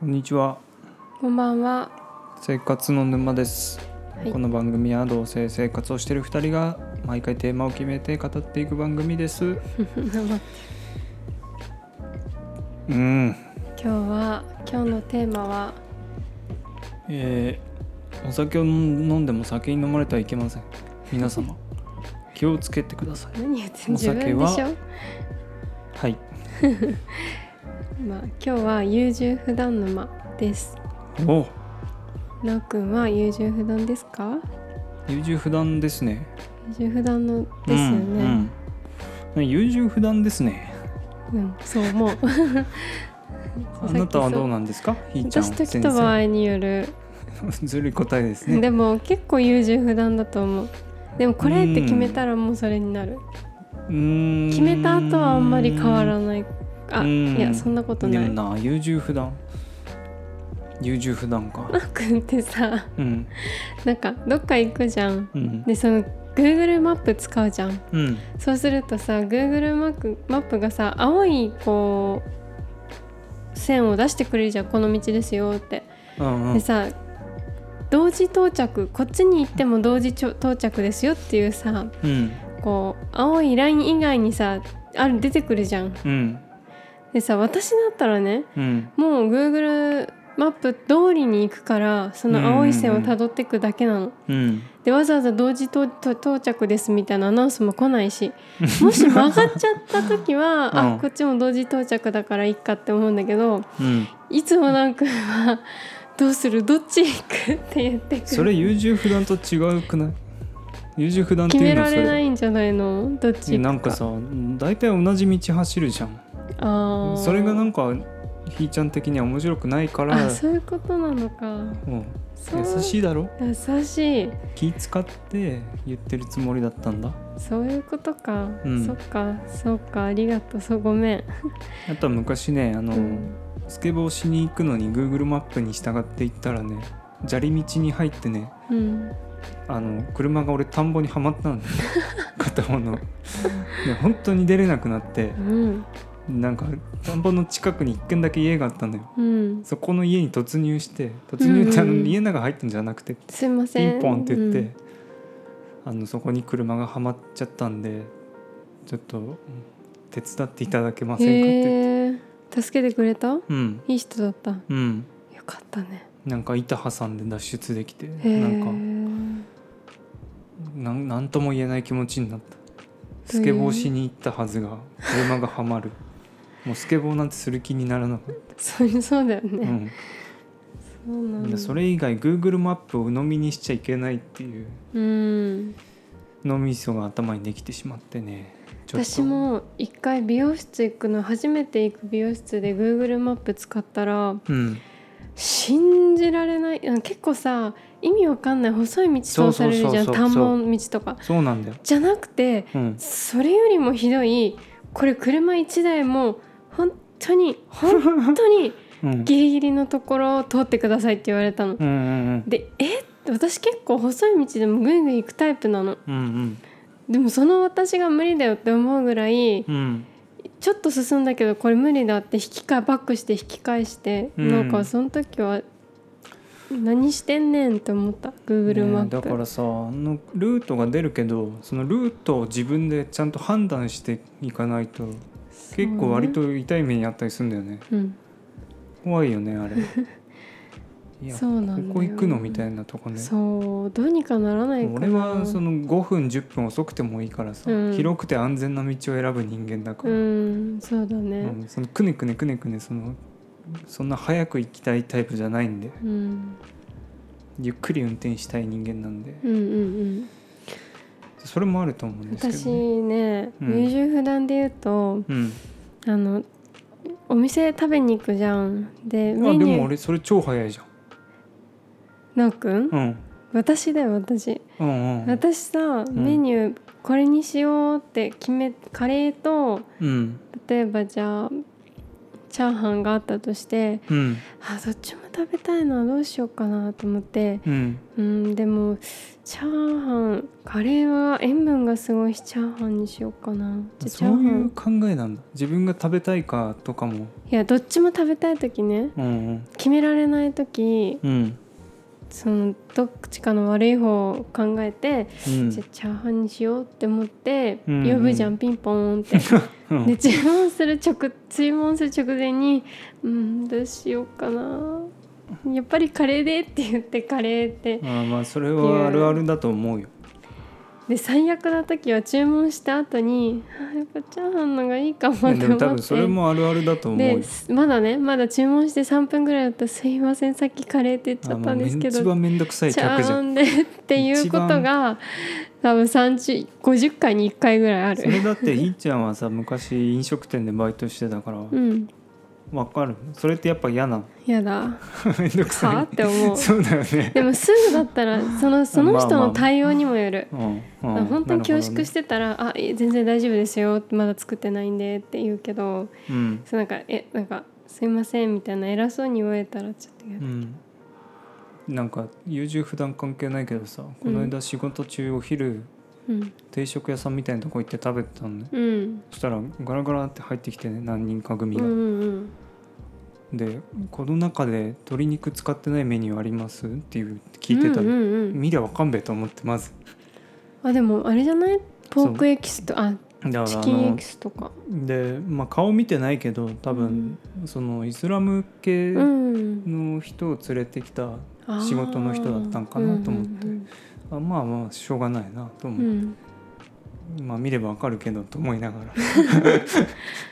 こんにちはこんばんは。生活の沼です、はいこの番組は同性生活をしている2人が毎回テーマを決めて語っていく番組です今うん日は今日のテーマはえーお酒を飲んでも酒に飲まれてはいけません皆様 気をつけてください何言ってんおの自分酒ではしょ。はいまあ今日は優柔不断沼です。おうなおくんは優柔不断ですか？優柔不断ですね優柔不断のですよね。、うんうん優柔不断ですねうん、そう思う。あなたはどうななんですかひーちゃん私と来た場合による。先生 ずるい答えですねでも結構優柔不断だと思う。でもこれって決めたらもうそれになる。うーん決めた後はあんまり変わらない。あ、うんいやそんなことでない。もなな優柔不断優柔不断かおくん ってさ、うんなんかどっか行くじゃん。うんでその Google マップ使うじゃんうんそうするとさ Google マップマップがさ青いこう線を出してくれるじゃんこの道ですよって、うんうでんさ同時到着こっちに行っても同時ちょ到着ですよっていうさうんこう青いライン以外にさある出てくるじゃんうんでさ私だったらねうんもう Google マップ通りに行くからその青い線をたどっていくだけなの、うんでわざわざ同時到到到着ですみたいなアナウンスも来な いしもし曲がっちゃった時は、うんあこっちも同時到着だからいいかって思うんだけどうんいつもなんかは「どうするどっち行く?」って言ってくるそれ優柔不断と違うくない優柔不断って決いうめのはらそれれないんじゃないのどっち行くかなんかさ大体同じ道走るじゃんあーそれがなんかひーちゃん的には面白くないからあそういうことなのかうんそう優しいだろ優しい気使って言ってるつもりだったんだそういうことか、うんそっかそうかありがとうそうごめん、あとは昔ねあの、うんスケボーしに行くのに Google マップに従って行ったらね砂利道に入ってねうん、あの車が俺田んぼにはま ったんだよ片方ので本当に出れなくなってうんなんか田んぼの近くに一軒だけ家があったのようんそこの家に突入して突入ってあのうんうん家の中入ったんじゃなくてすいまピせんンポンって言って、うんあのそこに車がはまっちゃったんでちょっと手伝っていただけませんかって言ってへえ助けてくれたうんいい人だったようんかったねなんか板挟んで脱出できてへえなんかなんなんとも言えない気持ちになったスケボーしに行ったはずが車がはまるもうスケボーなんてする気にならなかっそうそうだよた、ね、そうう、なんんでだそれ以外 Google マップを鵜呑みにしちゃいけないっていううん脳みそが頭にできてしまってねちょっと私も一回美容室行くの初めて行く美容室で Google マップ使ったらうん信じられないあ結構さ意味わかんない細い道通されるじゃんそうそうそうそう田んぼの道とかそうなんだよ、じゃなくてうん、それよりもひどいこれ車1台も本当に本当にうんギリギリのところを通ってくださいって言われたのう。んうんでえ私結構細い道でもぐいぐい行くタイプなのうんうんでもその私が無理だよって思うぐらいうんうんちょっと進んだけどこれ無理だって引き返バックして引き返して、うんなんかその時は何してんねんって思った Google マッねプ、だからさあのルートが出るけどそのルートを自分でちゃんと判断していかないとそうね結構割と痛い目にあったりするんだよねうん怖いよね あれいやそうなんだよここ行くのみたいなとこねそうどうにかならないかな俺はその5分10分遅くてもいいからさ、うん広くて安全な道を選ぶ人間だかうら、んそうだうねんそのくねくねくねくねそのそんな早く行きたいタイプじゃないんでうん、ゆっくり運転したい人間なんでうんうんうんそれもあると思うんですけ私ど、ね、ねうん優柔不断で言うと、うんあのお店食べに行くじゃんであメでもニュー俺それ超早いじゃんなおくんうん私だよ私うんうん私さんメニューこれにしようって決めカレーとうん例えばじゃあチャーハンがあったとしてうんあどっちも食べたいなどうしようかなと思ってうんうんでもチャーハンカレーは塩分がすごいしチャーハンにしようかなじゃあチャーそハういうン考えなんだ自分が食べたいかとかもいやどっちも食べたい時ねうん決められない時うんうんそのどっちかの悪い方を考えて、うんじゃあチャーハンにしようって思って、うんうん呼ぶじゃんピンポーンって うんで注文する直注文する直前に「うんどうしようかなやっぱりカレーで」って言ってカレーってあーまあそれはあるあるだと思うよで最悪な時は注文した後にあーやっぱチャーハンのがいいかもってで思も多っ分てそれもあるあるだと思うよですまだねまだ注文して3分ぐらいだったら「すいませんさっきカレーって言っちあゃーっまたあんめですけど一」番めんどくさいちゃ客じゃんうんでっていうことが多分30 50回に1回ぐらいあそる。れだってひんちゃんはさ昔飲食店でバイトしてたからうんわかるそれってやっぱ嫌なのやだめんどくかっさて思うい。そうだよねでもすぐだった らそのその人の対応にもよる。うんあうん本当に恐縮しててたら「あえ全然大丈夫ですよまだ作ってないんで」って言うけどうんそうなんか「えなんかすいません」みたいな偉そうに言われたらちょっとやうだんなんか優柔不断関係ないけどさこの間仕事中お昼うん定食屋さんみたいなとこ行って食べてたんでうんそしたらガラガラって入ってきてね何人か組うんうが、んうんで「この中で鶏肉使ってないメニューあります?」っていう聞いてたうんの、うんうん見りゃわかんべえと思ってまずあでもあれじゃないポークエキスとだあからあチキンエのキスとかでまあ顔見てないけど多分、そのイスラム系うんの人を連れてきた、あー仕事の人だったんかなと思ってうんあまあまあしょうがないなとうんう思っんて、まあ見ればわかるけどと思いなが ら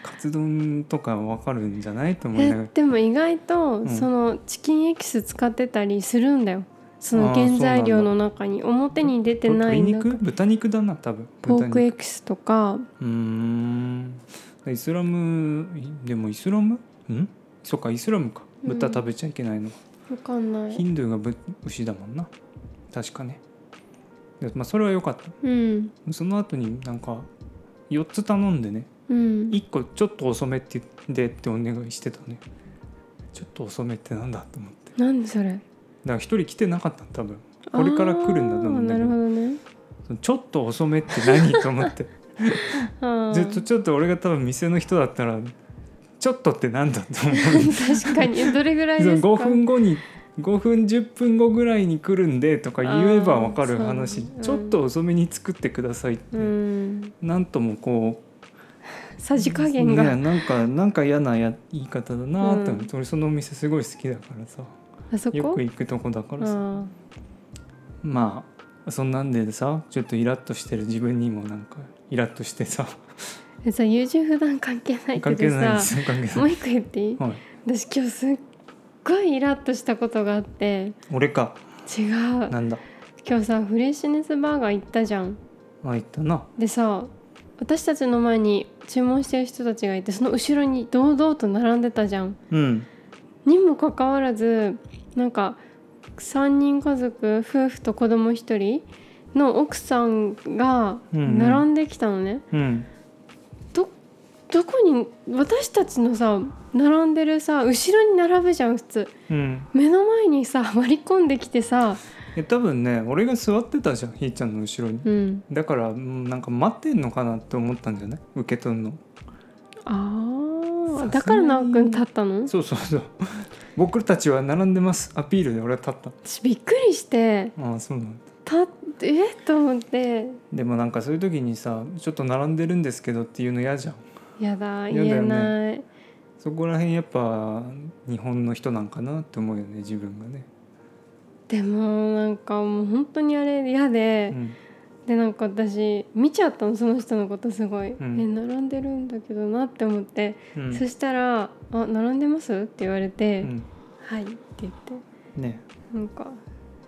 カツ丼とかわかるんじゃないとうん思いながえらでも意外と、んそのチキンエキス使ってたりするんだよそあのーそうなん原だ材料の中に表に出てない鶏んだ肉豚肉だな多分ポ豚ーク肉エキスとかうーんイスラムいでもイスラムんそっかイスラムかうん豚食べちゃいけないのか、わかんなヒいンドゥーがぶ牛だもんな確かねでまあそれは良かったうんその後になんか4つ頼んでねうん1個ちょっと遅めって言ってってお願いしてたねちょっと遅めってなんだと思ってだ何それから1人来てなかったの多分これから来るんだと思うんだけあーなるどほどねそのちょっと遅めって何と思ってあずっとーちょっと俺が多分店の人だったらちょっとってなんだと思う確かにえどれぐらいで すか5分後に5分10分後ぐらいに来るんでとか言えば分かる話、あーそうちょっと遅めに作ってくださいって、うんなんともこうさじ加減が、ねなんかなんか嫌なや言い方だなって思って、う俺そのお店すごい好きだからさあそこよく行くとこだからさあまあそんなんでさちょっとイラッとしてる自分にもなんかイラッとしてさーえさ優柔不断関係ない関け係どないでさすよ関係もなうい、一個言っていいはい、私今日すっごいイラッとしたことがあって俺か違う今なんだ日さフレッシュネスバーガー行ったじゃんあ言ったなでさ私たちの前に注文してる人たちがいてその後ろに堂々と並んでたじゃんうんにもかかわらずなんか3人家族夫婦と子供1人の奥さんがうんうん並んできたのね、うんどどこに私たちのさ並んでるさ後ろに並ぶじゃん普通うん目の前にさ割り込んできてさいや多分ね俺が座ってたじゃんひーちゃんの後ろにうんだからうんなんか待ってんのかなって思ったんじゃない受け取るのさすあがあにだから奈くん立ったのそうそうそう 僕たちは並んでますアピールで俺は立った私びっくりしてああそうなんだ立ってえっと思ってでもなんかそういう時にさちょっと並んでるんですけどっていうの嫌じゃんやだ嫌言だよえねない、そこら辺やっぱ日本の人なんかなって思うよね自分がね、でもなんかもう本当にあれ嫌で、うん、でなんか私見ちゃったのその人のことすごい、うんえ並んでるんだけどなって思って、うんそしたら「あ並んでます?」って言われてう「んはい」って言ってねなんか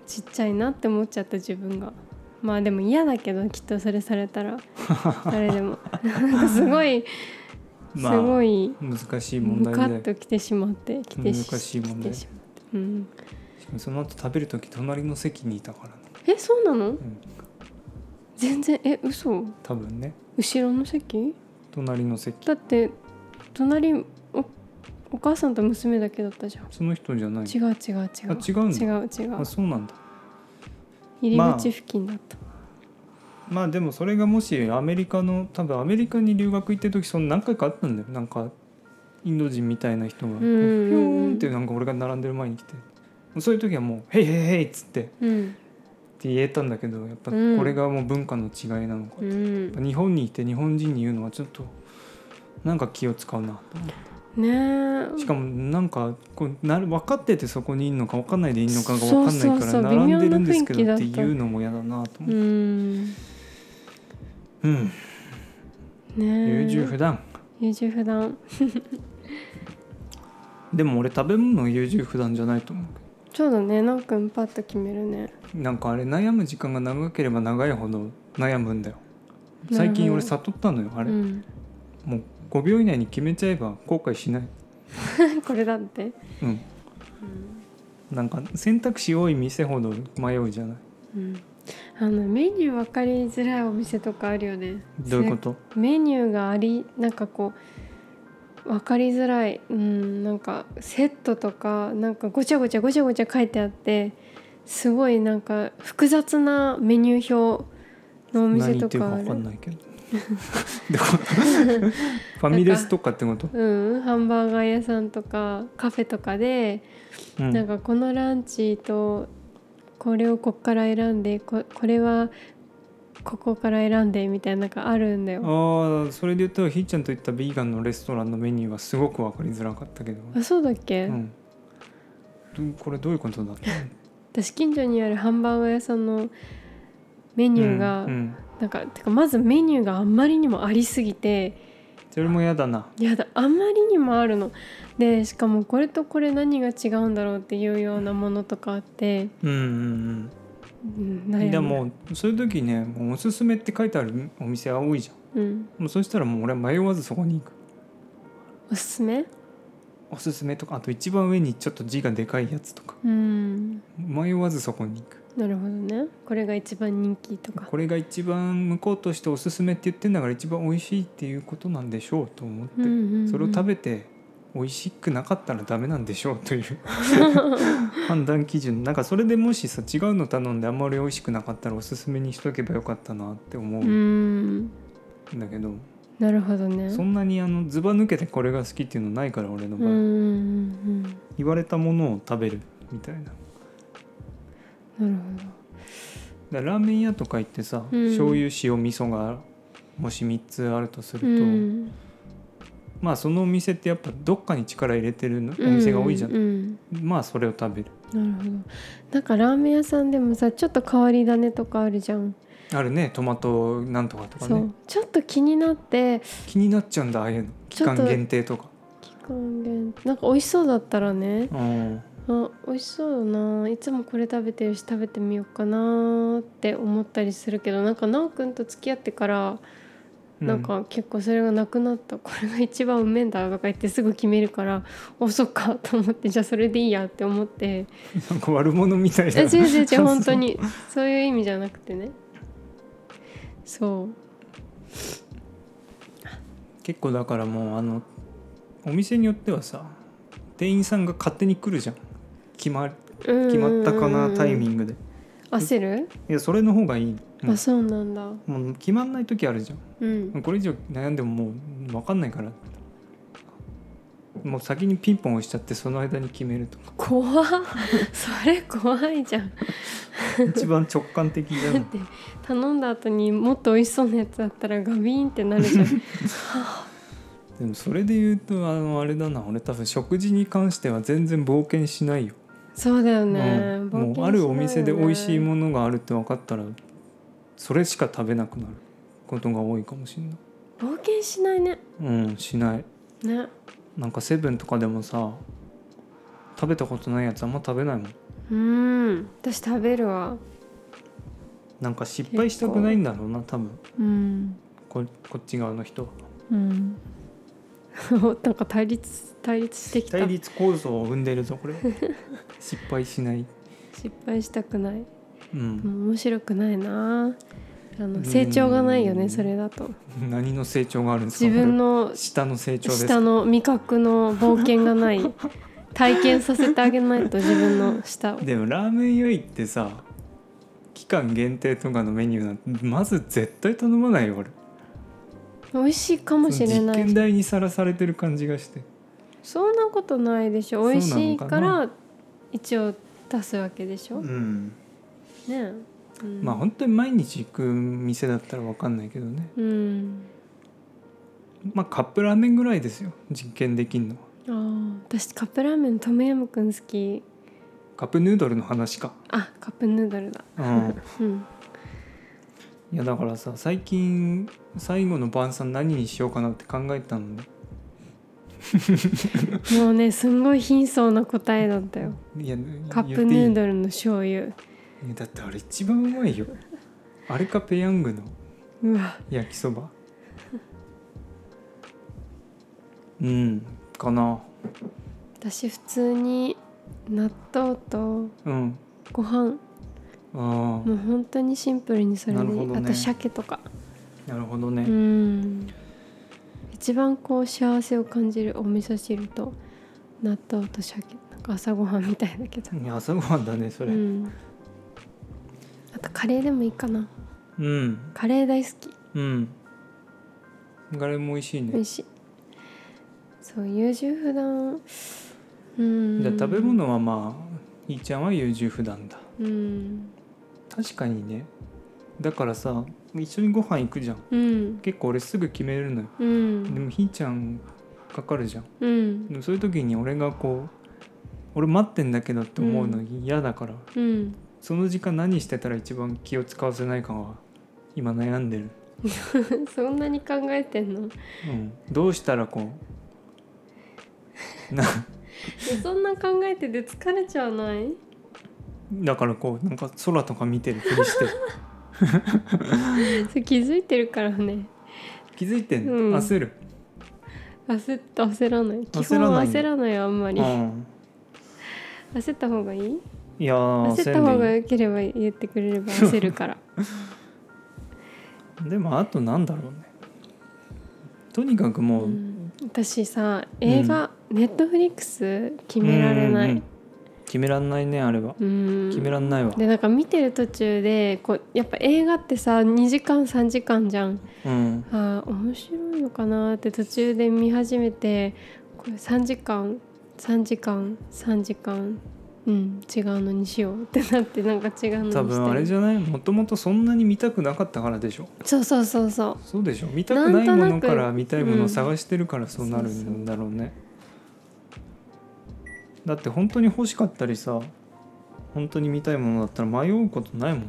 ちっちゃいなって思っちゃった自分がまあでも嫌だけどきっとそれされ たら誰でもなんかすごい、まあすごい難しい問ム題カでッときてしまってきて難しい問題来てしまって、うん、しかもその後食べる時隣の席にいたからね、えそうなのうん、全然え嘘多分ね後ろの席隣の席だって隣おお母さんと娘だけだったじゃんその人じゃない違う違う違あう違うんだ違う違うあそうなんだ入りまあ口付近だった、まあでもそれがもしアメリカの多分アメリカに留学行ってる時その何回かあったんだよなんかインド人みたいな人がんピョーンってなんか俺が並んでる前に来てそういう時はもう「ヘイヘイヘイ」っつってっうんて言えたんだけどやっぱこうんれがもう文化の違いなのか、うやんっぱ日本にいて日本人に言うのはちょっとなんか気を使うなと思っねてえしかもなんかこうなる分かっててそこにいるのか分かんないでいるのかが分かんないそうかそらうそう並んでるんですけ微妙どなっ雰て囲気だった言うのも嫌だなと思うってんねうんえ優柔不断優柔不断でも俺食べ物は優柔不断じゃないと思うそうだねなんかパッと決めるねなんかあれ悩む時間が長ければ長いほど悩むんだよ最近俺悟ったのよああれ、うん、 もう5秒以内に決めちゃえば後悔しないこれだってうんうん、なんか選択肢多い店ほど迷うじゃないうん、あのメニュー分かりづらいお店とかあるよねどういうことメニューがありなんかこう分かりづらい、うん、なんかセットとかなんかごちゃごちゃごちゃごちゃ書いてあってすごいなんか複雑なメニュー表のお何店言とってるかかあ分かんるないけど でこファミレスとかってことうん、ハンバーガー屋さんとかカフェとかで、うんなんかこのランチとこれをこっから選んでここれはここから選んでみたいなのがあるんだよ。ああそれで言ったらひーちゃんと行ったビーガンのレストランのメニューはすごく分かりづらかったけど、あそうだっけ、うん、どこれどういうことだった私近所にあるハンバーガー屋さんのメニューが、うんうんなんかてかまずメニューがあんまりにもありすぎてそれも嫌だなやだあんまりにもあるのでしかもこれとこれ何が違うんだろうっていうようなものとかあって、うんうんうん、う悩むんでもそういう時ねもうおすすめって書いてあるお店は多いじゃうん、んもうそしたらもう俺は迷わずそこに行くおすすめおすすめとかあと一番上にちょっと字がでかいやつとかうん迷わずそこに行くなるほどねこれが一番人気とかこれが一番向こうとしておすすめって言ってんだから一番美味しいっていうことなんでしょうと思って、うんうんうんそれを食べて美味しくなかったらダメなんでしょう という判断基準なんかそれでもしさ違うの頼んであんまり美味しくなかったらおすすめにしとけばよかったなって思ううんんだけど、なるほどねそんなにあのずば抜けてこれが好きっていうのないから俺のうん場う合、んうん言われたものを食べるみたいなうんなるほどだからラーメン屋とか行ってさ、うん醤油塩味噌がもし3つあるとすると、うんまあそのお店ってやっぱどっかに力入れてるのお店が多いじゃん、うんうんまあそれを食べるなるほどなんかラーメン屋さんでもさちょっと変わり種とかあるじゃん、あるねトマトなんとかとかそねうちょっと気になって気になっちゃうんだああいうの期間ちょっと限定とか期間限なんか美味しそうだったらねうんあ美味しそうだないつもこれ食べてるし食べてみようかなって思ったりするけどなんか奈くんと付き合ってからなんか結構それがなくなった、これが一番うめえんだとか言ってすぐ決めるから おそっかと思ってじゃあそれでいいやって思って なんか悪者みたいえな違う違う違う 本当にそういう意味じゃなくてねそう結構だからもうあのお店によってはさ店員さんが勝手に来るじゃん決ま決決まったかなタイミングで焦る、いやそれの方がいいもあそうなんだうもう決まんない時あるじゃうんんこれ以上悩んでももう分かんないからもう先にピンポン押しちゃってその間に決める とか怖っそれ怖いじゃん一番直感的じゃない頼んだ後にもっと美味しそうなやつだったらガビーンってなるじゃんでもそれで言うとあのあれだな俺多分食事に関しては全然冒険しないよ、そうだよね、うん冒険しもうなあいよねるお店で美味しいものがあるって分かったらそれしか食べなくなることが多いかもしん冒険しないねないうんしないねなんかセブンとかでもさ食べたことないやつあんま食べないもんうん私食べるわなんか失敗したくないんだろうな多分うんここっち側の人はうん なんか対立対立してきた対立構造を生んでるぞ これ失敗しない失敗したくないうんもう面白くないなあの成長がないようねんそれだと何の成長があるんですか自分のこれ下の成長です下かの味覚の冒険がない 体験させてあげないと自分の舌をでもラーメン屋行ってさ期間限定とかのメニューなんてまず絶対頼まないよ俺美味しいかもしれそのな実験い台にさらされてる感じがしてそんなことないでしょ美味しいかそうなら一応出すわけでしょ、ねんえ、うん、まあ本当に毎日行く店だったら分かんないけどねうんまあカップラーメンぐらいですよ実験できんのはあー私カップラーメントムヤムくん好きカップヌードルの話かあカップヌードルだうんうんいやだからさ最近最後の晩餐何にしようかなって考えたのねもうねすんごい貧相な答えだったよいやカップヌールドルの醤油だってあれ一番うまいよあれかペヤングのうわ焼きそ ばうんかな私普通に納豆とうんご飯ああもう本当にシンプルにそれでなるほどねあと鮭とかなるほどうねん一番こう幸せを感じるお味噌汁と納豆と鮭なんか朝ごはんみたいだけどいや朝ごはんだねそうれんあとカレーでもいいかなうんカレー大好きうんカレーも美味しい美ね味しいそう優柔不断うんじゃあ食べ物はまあひーちゃんは優柔不断だうん確かにねだからさ一緒にご飯行くじゃんうん結構俺すぐ決めるのようでんもひーちゃんかかるじゃんうんでもそういう時に俺がこう俺待ってんだけどって思うの嫌だから、うん その時間何してたら一番気を使わせないかは今悩んでる、そんなに考えてんのう ん、どうしたらこうなそんな考えてて疲れちゃわない だからこうなんか空とか見てるふりして それ気づいてるからね気づいてんの、うん焦る、焦って焦らない基焦本らなはい焦らないよあんまりうん、焦った方がいいいやー焦った方せんがでい良ければ言ってくれれば焦るからいでもあとなんだろうねとにかく もう、うん私さ映画ネットフリックス決められなうんうんういん決めらんないねあれは、うん決めらんないわでなんか見てる途中でこうやっぱ映画ってさ2時間3時間じゃんうんあー面白いのかなって途中で見始めてこれ3時間3時間3時間うん違うのにしようってなってなんか違うのにした多り分あれじゃないもともとそんなに見たくなかったからでしょそうそうそうそそうでしょ見たくないもなんとのなくから見たいものを探してるからそうなるそうそうんだろうね、だって本当に欲しかったりさ本当に見たいものだったら迷うことないもんね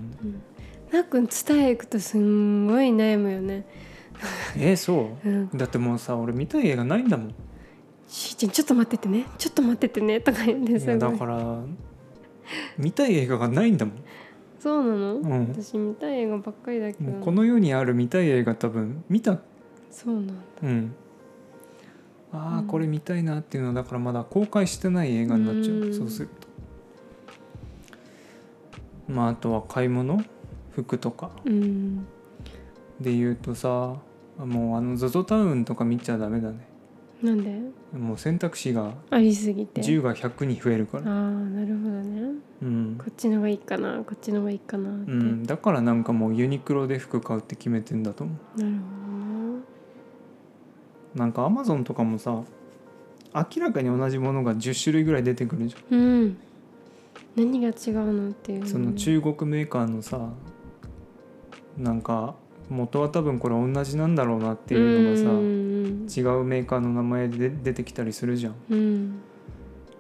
うなっくん伝え行くとすんごい悩むよねえそうんうだってもうさ俺見たい映画ないんだもんしーちゃんちょっと待っててねちょっと待っててねとか言っていすごやいだから見たい映画がないんだもん、そうなの、うん、私見たい映画ばっかりだけどもうこの世にある見たい映画多分見たそうなんだうんああ、うんこれ見たいなっていうのはだからまだ公開してない映画になっちゃう、うんそうするとまああとは買い物服とかうんで言うとさもうあの ZOZO タウンとか見ちゃダメだねなんでもう選択肢がありすぎて10が100に増えるかああらなるほどねうんこ、っちのがいいかなこっちのがいいかなって、うん、だからなんかもうユニクロで服買うって決めてんだと思なるほうなんかアマゾンとかもさ明らかに同じものが10種類ぐらい出てくるじゃんどねうん何が違うのっていうその中国メーカーのさなんか元は多分これ同じなんだろうなっていううのがんさ違うメーカーの名前で出てきたりするじゃんうん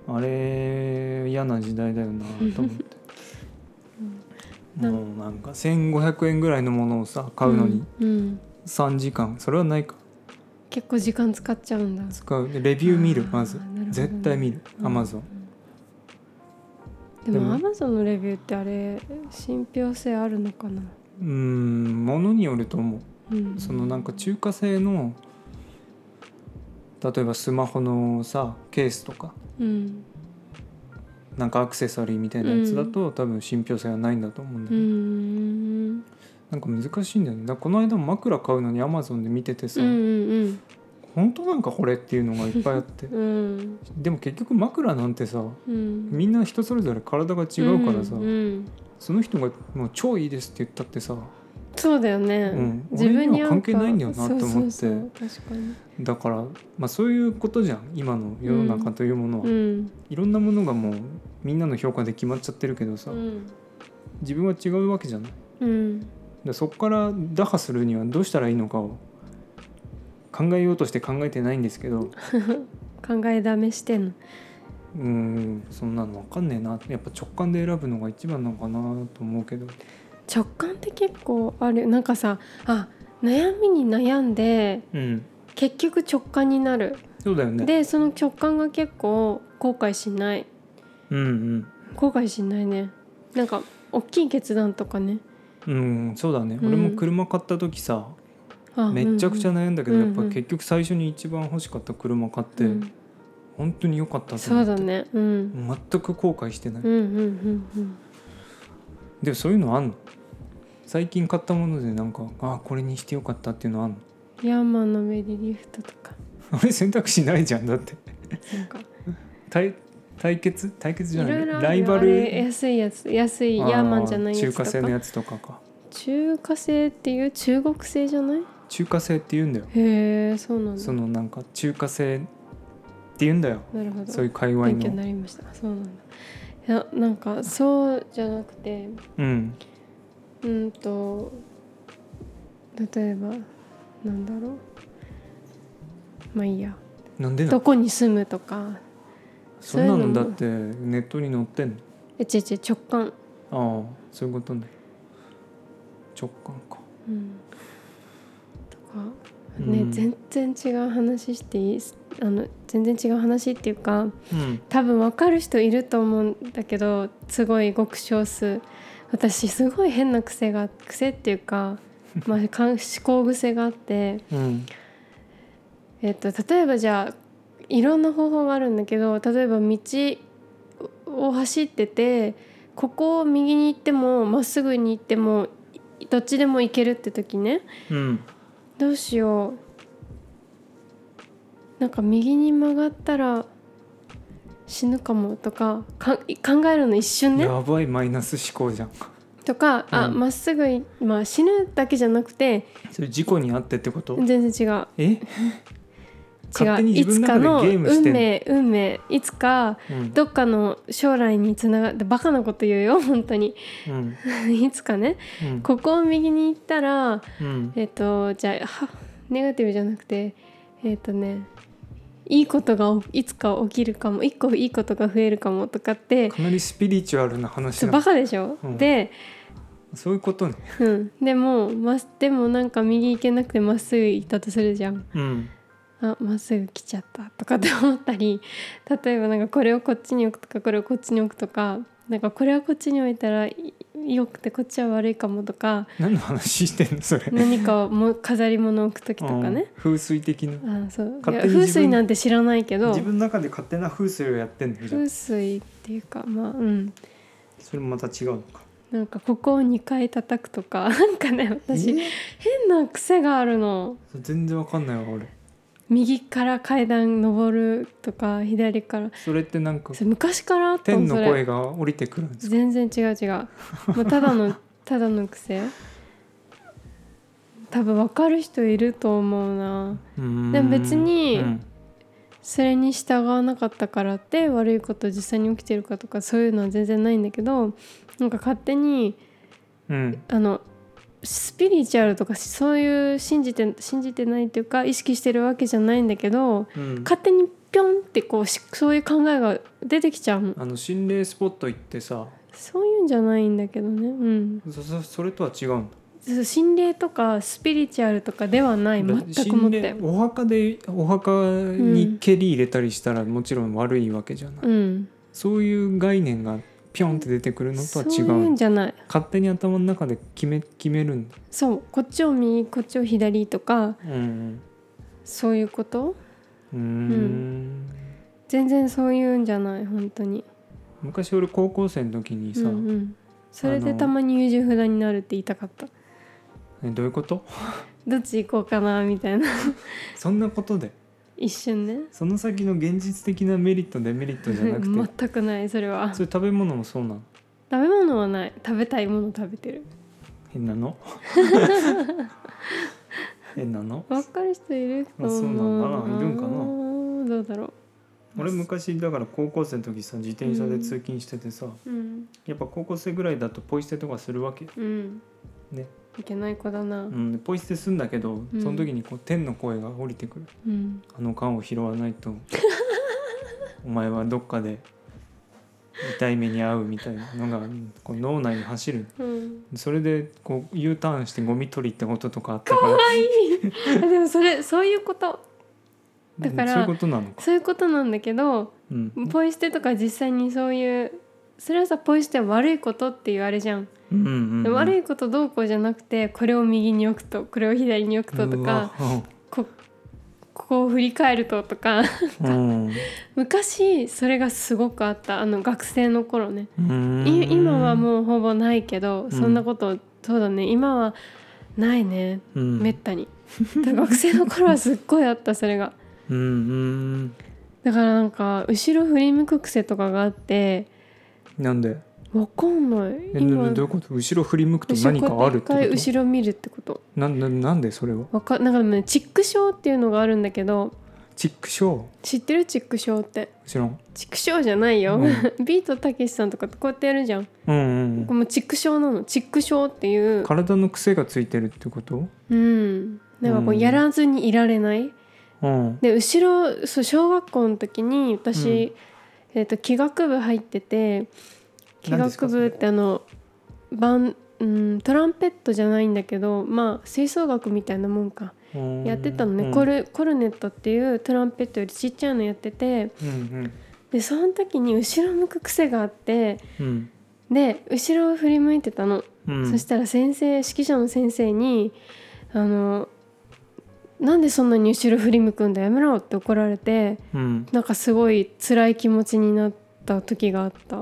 あれ嫌な時代だよなと思ってうんもうなんか1500円ぐらいのものをさ買うのに、うんうん3時間それはないか結構時間使っちゃうんだ使うでレビュー見るあーまずなるほどね絶対見るうんアマゾンででももアマゾンのレビューってあれ信憑性あるのかな、うーんものによると思ううん、そのなんか中華製の例えばスマホのさケースとかうんなんかアクセサリーみたいなやつだと、多分信憑性はないんだと思うんだうけど、んなんか難しいんだよねだからこの間も枕買うのにアマゾンで見ててさ、うんうん本当なんかこれっていうのがいっぱいあって うんでも結局枕なんてさうんみんな人それぞれ体が違うからさ、んうんその人がもう超いいですって言ったってさそうだよね、うん合う俺には関係ないんだよなって思ってそうそうそう確かにだから、まあ、そういうことじゃん今の世の中というものは、うんいろんなものがもうみんなの評価で決まっちゃってるけどさ、うん自分は違うわけじゃないうんでそこから打破するにはどうしたらいいのかを考えようとして考えてないんですけど考えだめしてんのうーんそんなの分かんねえなやっぱ直感で選ぶのが一番なのかなと思うけど直感って結構あるなんかさあ悩みに悩んでうん結局直感になる、そうだよねでその直感が結構後悔しないうん後悔しないねなんか大きい決断とかねうんうんそうだね、うん俺も車買った時さあめちゃくちゃっ悩んだけど、うんうんやっぱ結局最初に一番欲しかった車買って、本当に良かったとそ思うってだねうん全く後悔してない、うんうんうんうんでもそういうのあんの最近買ったものでなんかあこれにしてよかったっていうのあんのヤーマンのメリーリフトとかあれ選択肢ないじゃんだってなんか対対決対決いじゃないろいろあるライバあれル安いやつ安いヤーマンじゃないやつとあー中華か製のやつとかか中華製っていう中国製じゃない中華製って言うんだよへえそうなんだそのなんか中華製って言うんだよなるほどそういう界隈勉強になのりましたそうなんだいやなんかそうじゃなくてうんうんと例えばなんだろうまあいいやなんでなどのこに住むとかそんなそういうののだもってネットに載ってんえ違う違う直感、のああそういうことね直感かうん、とかね、うん全然違う話していいあの全然違う話っていうかうん多分分かる人いると思うんだけどすごいごく少数私すごい変な癖が癖ってい うか、まあ、かん思考癖があって、うんえっと、例えばじゃあいろんな方法があるんだけど例えば道を走っててここを右に行ってもまっすぐに行ってもいどっちでも行けるって時ねうんどうしようなんか右に曲がったら死ぬかもとかか考えるの一瞬ねやばいマイナス思考じゃんとかあうんまっすぐい、まあ、死ぬだけじゃなくてそれ事故にあってってこと全然違うえ勝手違うにい自つ分かのの中でゲームし運てんの命運命いつかうんどっかの将来につながってバカなこと言うよ本当に うんいつかねうんここを右に行ったらうんえっ、とじゃあはネガティブじゃなくてえっ、とねいいことがいつか起きるかも一個いいことが増えるかもとかってかなりスピリチュアルな話そうだバカでしょ、うんで、そういうことねうん、でもまでもなんか右行けなくてまっすぐ行ったとするじゃんうんあまっすぐ来ちゃったとかって思ったり例えばなんかこれをこっちに置くとかこれをこっちに置くとかなんかこれはこっちに置いたらい良くてこっちは悪いかもとか何の話してんのそれ何かをも飾り物を置く時とかね。うん風水的なあそうい勝や手に自分風水なんて知らないけど自分の中で勝手な風水をやってんのじゃん風水っていうかまあうんそれもまた違うのかなんかここを2回叩くとか なんかね私え変な癖があるの。全然わかんないわ俺右から階段登るとか左からそれってなんかそれ昔からあったの天のそれ声が降りてくるんですか全然違う違うもうただ のただの癖多分分かる人いると思うなうーんでも別にうんそれに従わなかったからって悪いこと実際に起きてるかとかそういうのは全然ないんだけどなんか勝手にうんあのスピリチュアルとかそういう信じて信じてないっていうか意識してるわけじゃないんだけどうん勝手にピョンってこうしそういう考えが出てきちゃうのあの心霊スポット行ってさそういうんじゃないんだけどねうんそそそれとは違うんだそう心霊とかスピリチュアルとかではない全くも心っ霊てお墓でお墓に蹴り入れたりしたらもちろん悪いわけじゃない、うんそういう概念がピョンって出てくるのとそはう違いううんんだじゃない勝手に頭の中で決め決めるんだそうこっちを右こっちを左とかうんそういうことうんうーん全然そういうんじゃない本当に昔俺高校生の時にうさ、んうんそれあでのたまに優柔不断になるって言いたかったえどういうことどっち行こうかなみたいなそんなことで 一瞬ねその先の現実的なメリットデメリットじゃなくて全くないそれはそれ食べ物もそうなの食べ物はない食べたいもの食べてる変な の変なの分かる人いるかあそうなんだないるんかなどうだろ俺昔だから高校生の時さ自転車で通勤しててさ、ううんやっぱ高校生ぐらいだとポイ捨てとかするわけうんね、いけない子だなう、うんでポイ捨てすんだけど、うんその時にこう天の声が降りてくるんあの缶を拾わない とお前はどっかで痛い目に遭うみたいなのがこう脳内に走るうんそれでこう U ターンしてゴミ取りってこととかあったからあでもそれそういうことだからそういうことなのか、そういうことなんだけどうんポイ捨てとか実際にそういうそれはさポイ捨ては悪いことっていうあれじゃん、うんうんでうん、も悪いことどうこうじゃなくてこれを右に置くとこれを左に置くととかこここを振り返るととかうわ、うん昔それがすごくあったあの学生の頃ねうんい今はもうほぼないけど、そんなことそうだね今はないねう、ん、めったにだから学生の頃はすっごいあった それがうんうんだからなんか後ろ振り向く癖とかがあってなんでわかんないえ今などういうこと後ろ振り向くと何かあるってこ後ろこうやって一回と後ろ見るってことなんなんなんでそれはわかなんかでもねチック症っていうのがあるんだけどチックショー知ってるチック症って知らんチック症じゃないよ、う ビートたけしさんとかってこうやってやるじゃんこうんうんうんれもチック症なのチック症っていう体の癖がついてるってことうんなんかこううんやらずにいられないうんで後ろそう小学校の時に私、えー、と器楽部入ってて器何ですか楽部ってあのバン、うん、トランペットじゃないんだけどまあ吹奏楽みたいなもんかうんやってたのね、うんコルコルネットっていうトランペットよりちっちゃいのやっててうんでその時に後ろ向く癖があってうんで後ろを振り向いてたの、うんそしたら先生指揮者の先生に「あのなんでそんなに後ろ振り向くんだやめろ」って怒られて。うんなんかすごい辛い気持ちになった時があった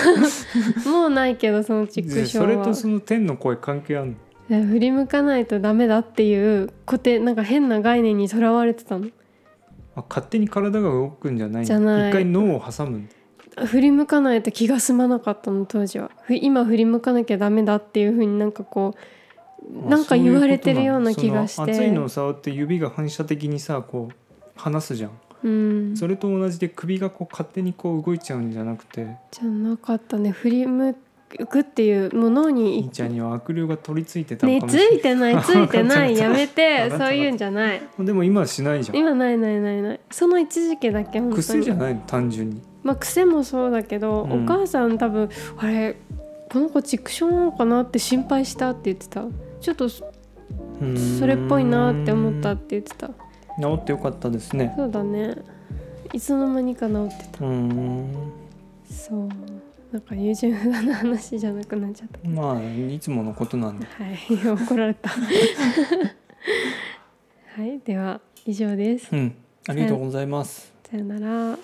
もうないけどそのチックで症それとはその天の声関係あるのえ振り向かないとダメだっていう固定なんか変な概念にとらわれてたのあ勝手に体が動くんじゃないのじゃない一回脳を挟むんだ振り向かないと気が済まなかったの当時はふ今振り向かなきゃダメだっていう風になんかこうあなんかそういう言ことわれてるような気がしてその熱いのを触って指が反射的にさこう離すじゃんうんじそれと同じで首がこう勝手にこう動いちゃうんじゃなくてゃなかったね振り向くっていうものいにいちゃんには悪霊が取り付いてたのねかもしつれないいてない ついてなわかっいたやめわてかったそういうんじゃないでも今はしないじゃん今ないないないないその一時期だけ本当に癖じゃないの単純にまあ、癖もそうだけど、うんお母さん多分あれこの子チクションなのかなって心配したって言ってたちょっとそそれっぽいなって思ったうっーんて言ってた治ってよかったですねそうだねいつの間にか治ってうーんたそうなんか優柔不断な話じゃなくなっちゃっまあいつものことなんでたはい怒られた はいでは以上ですうんありがとうございます、さよなら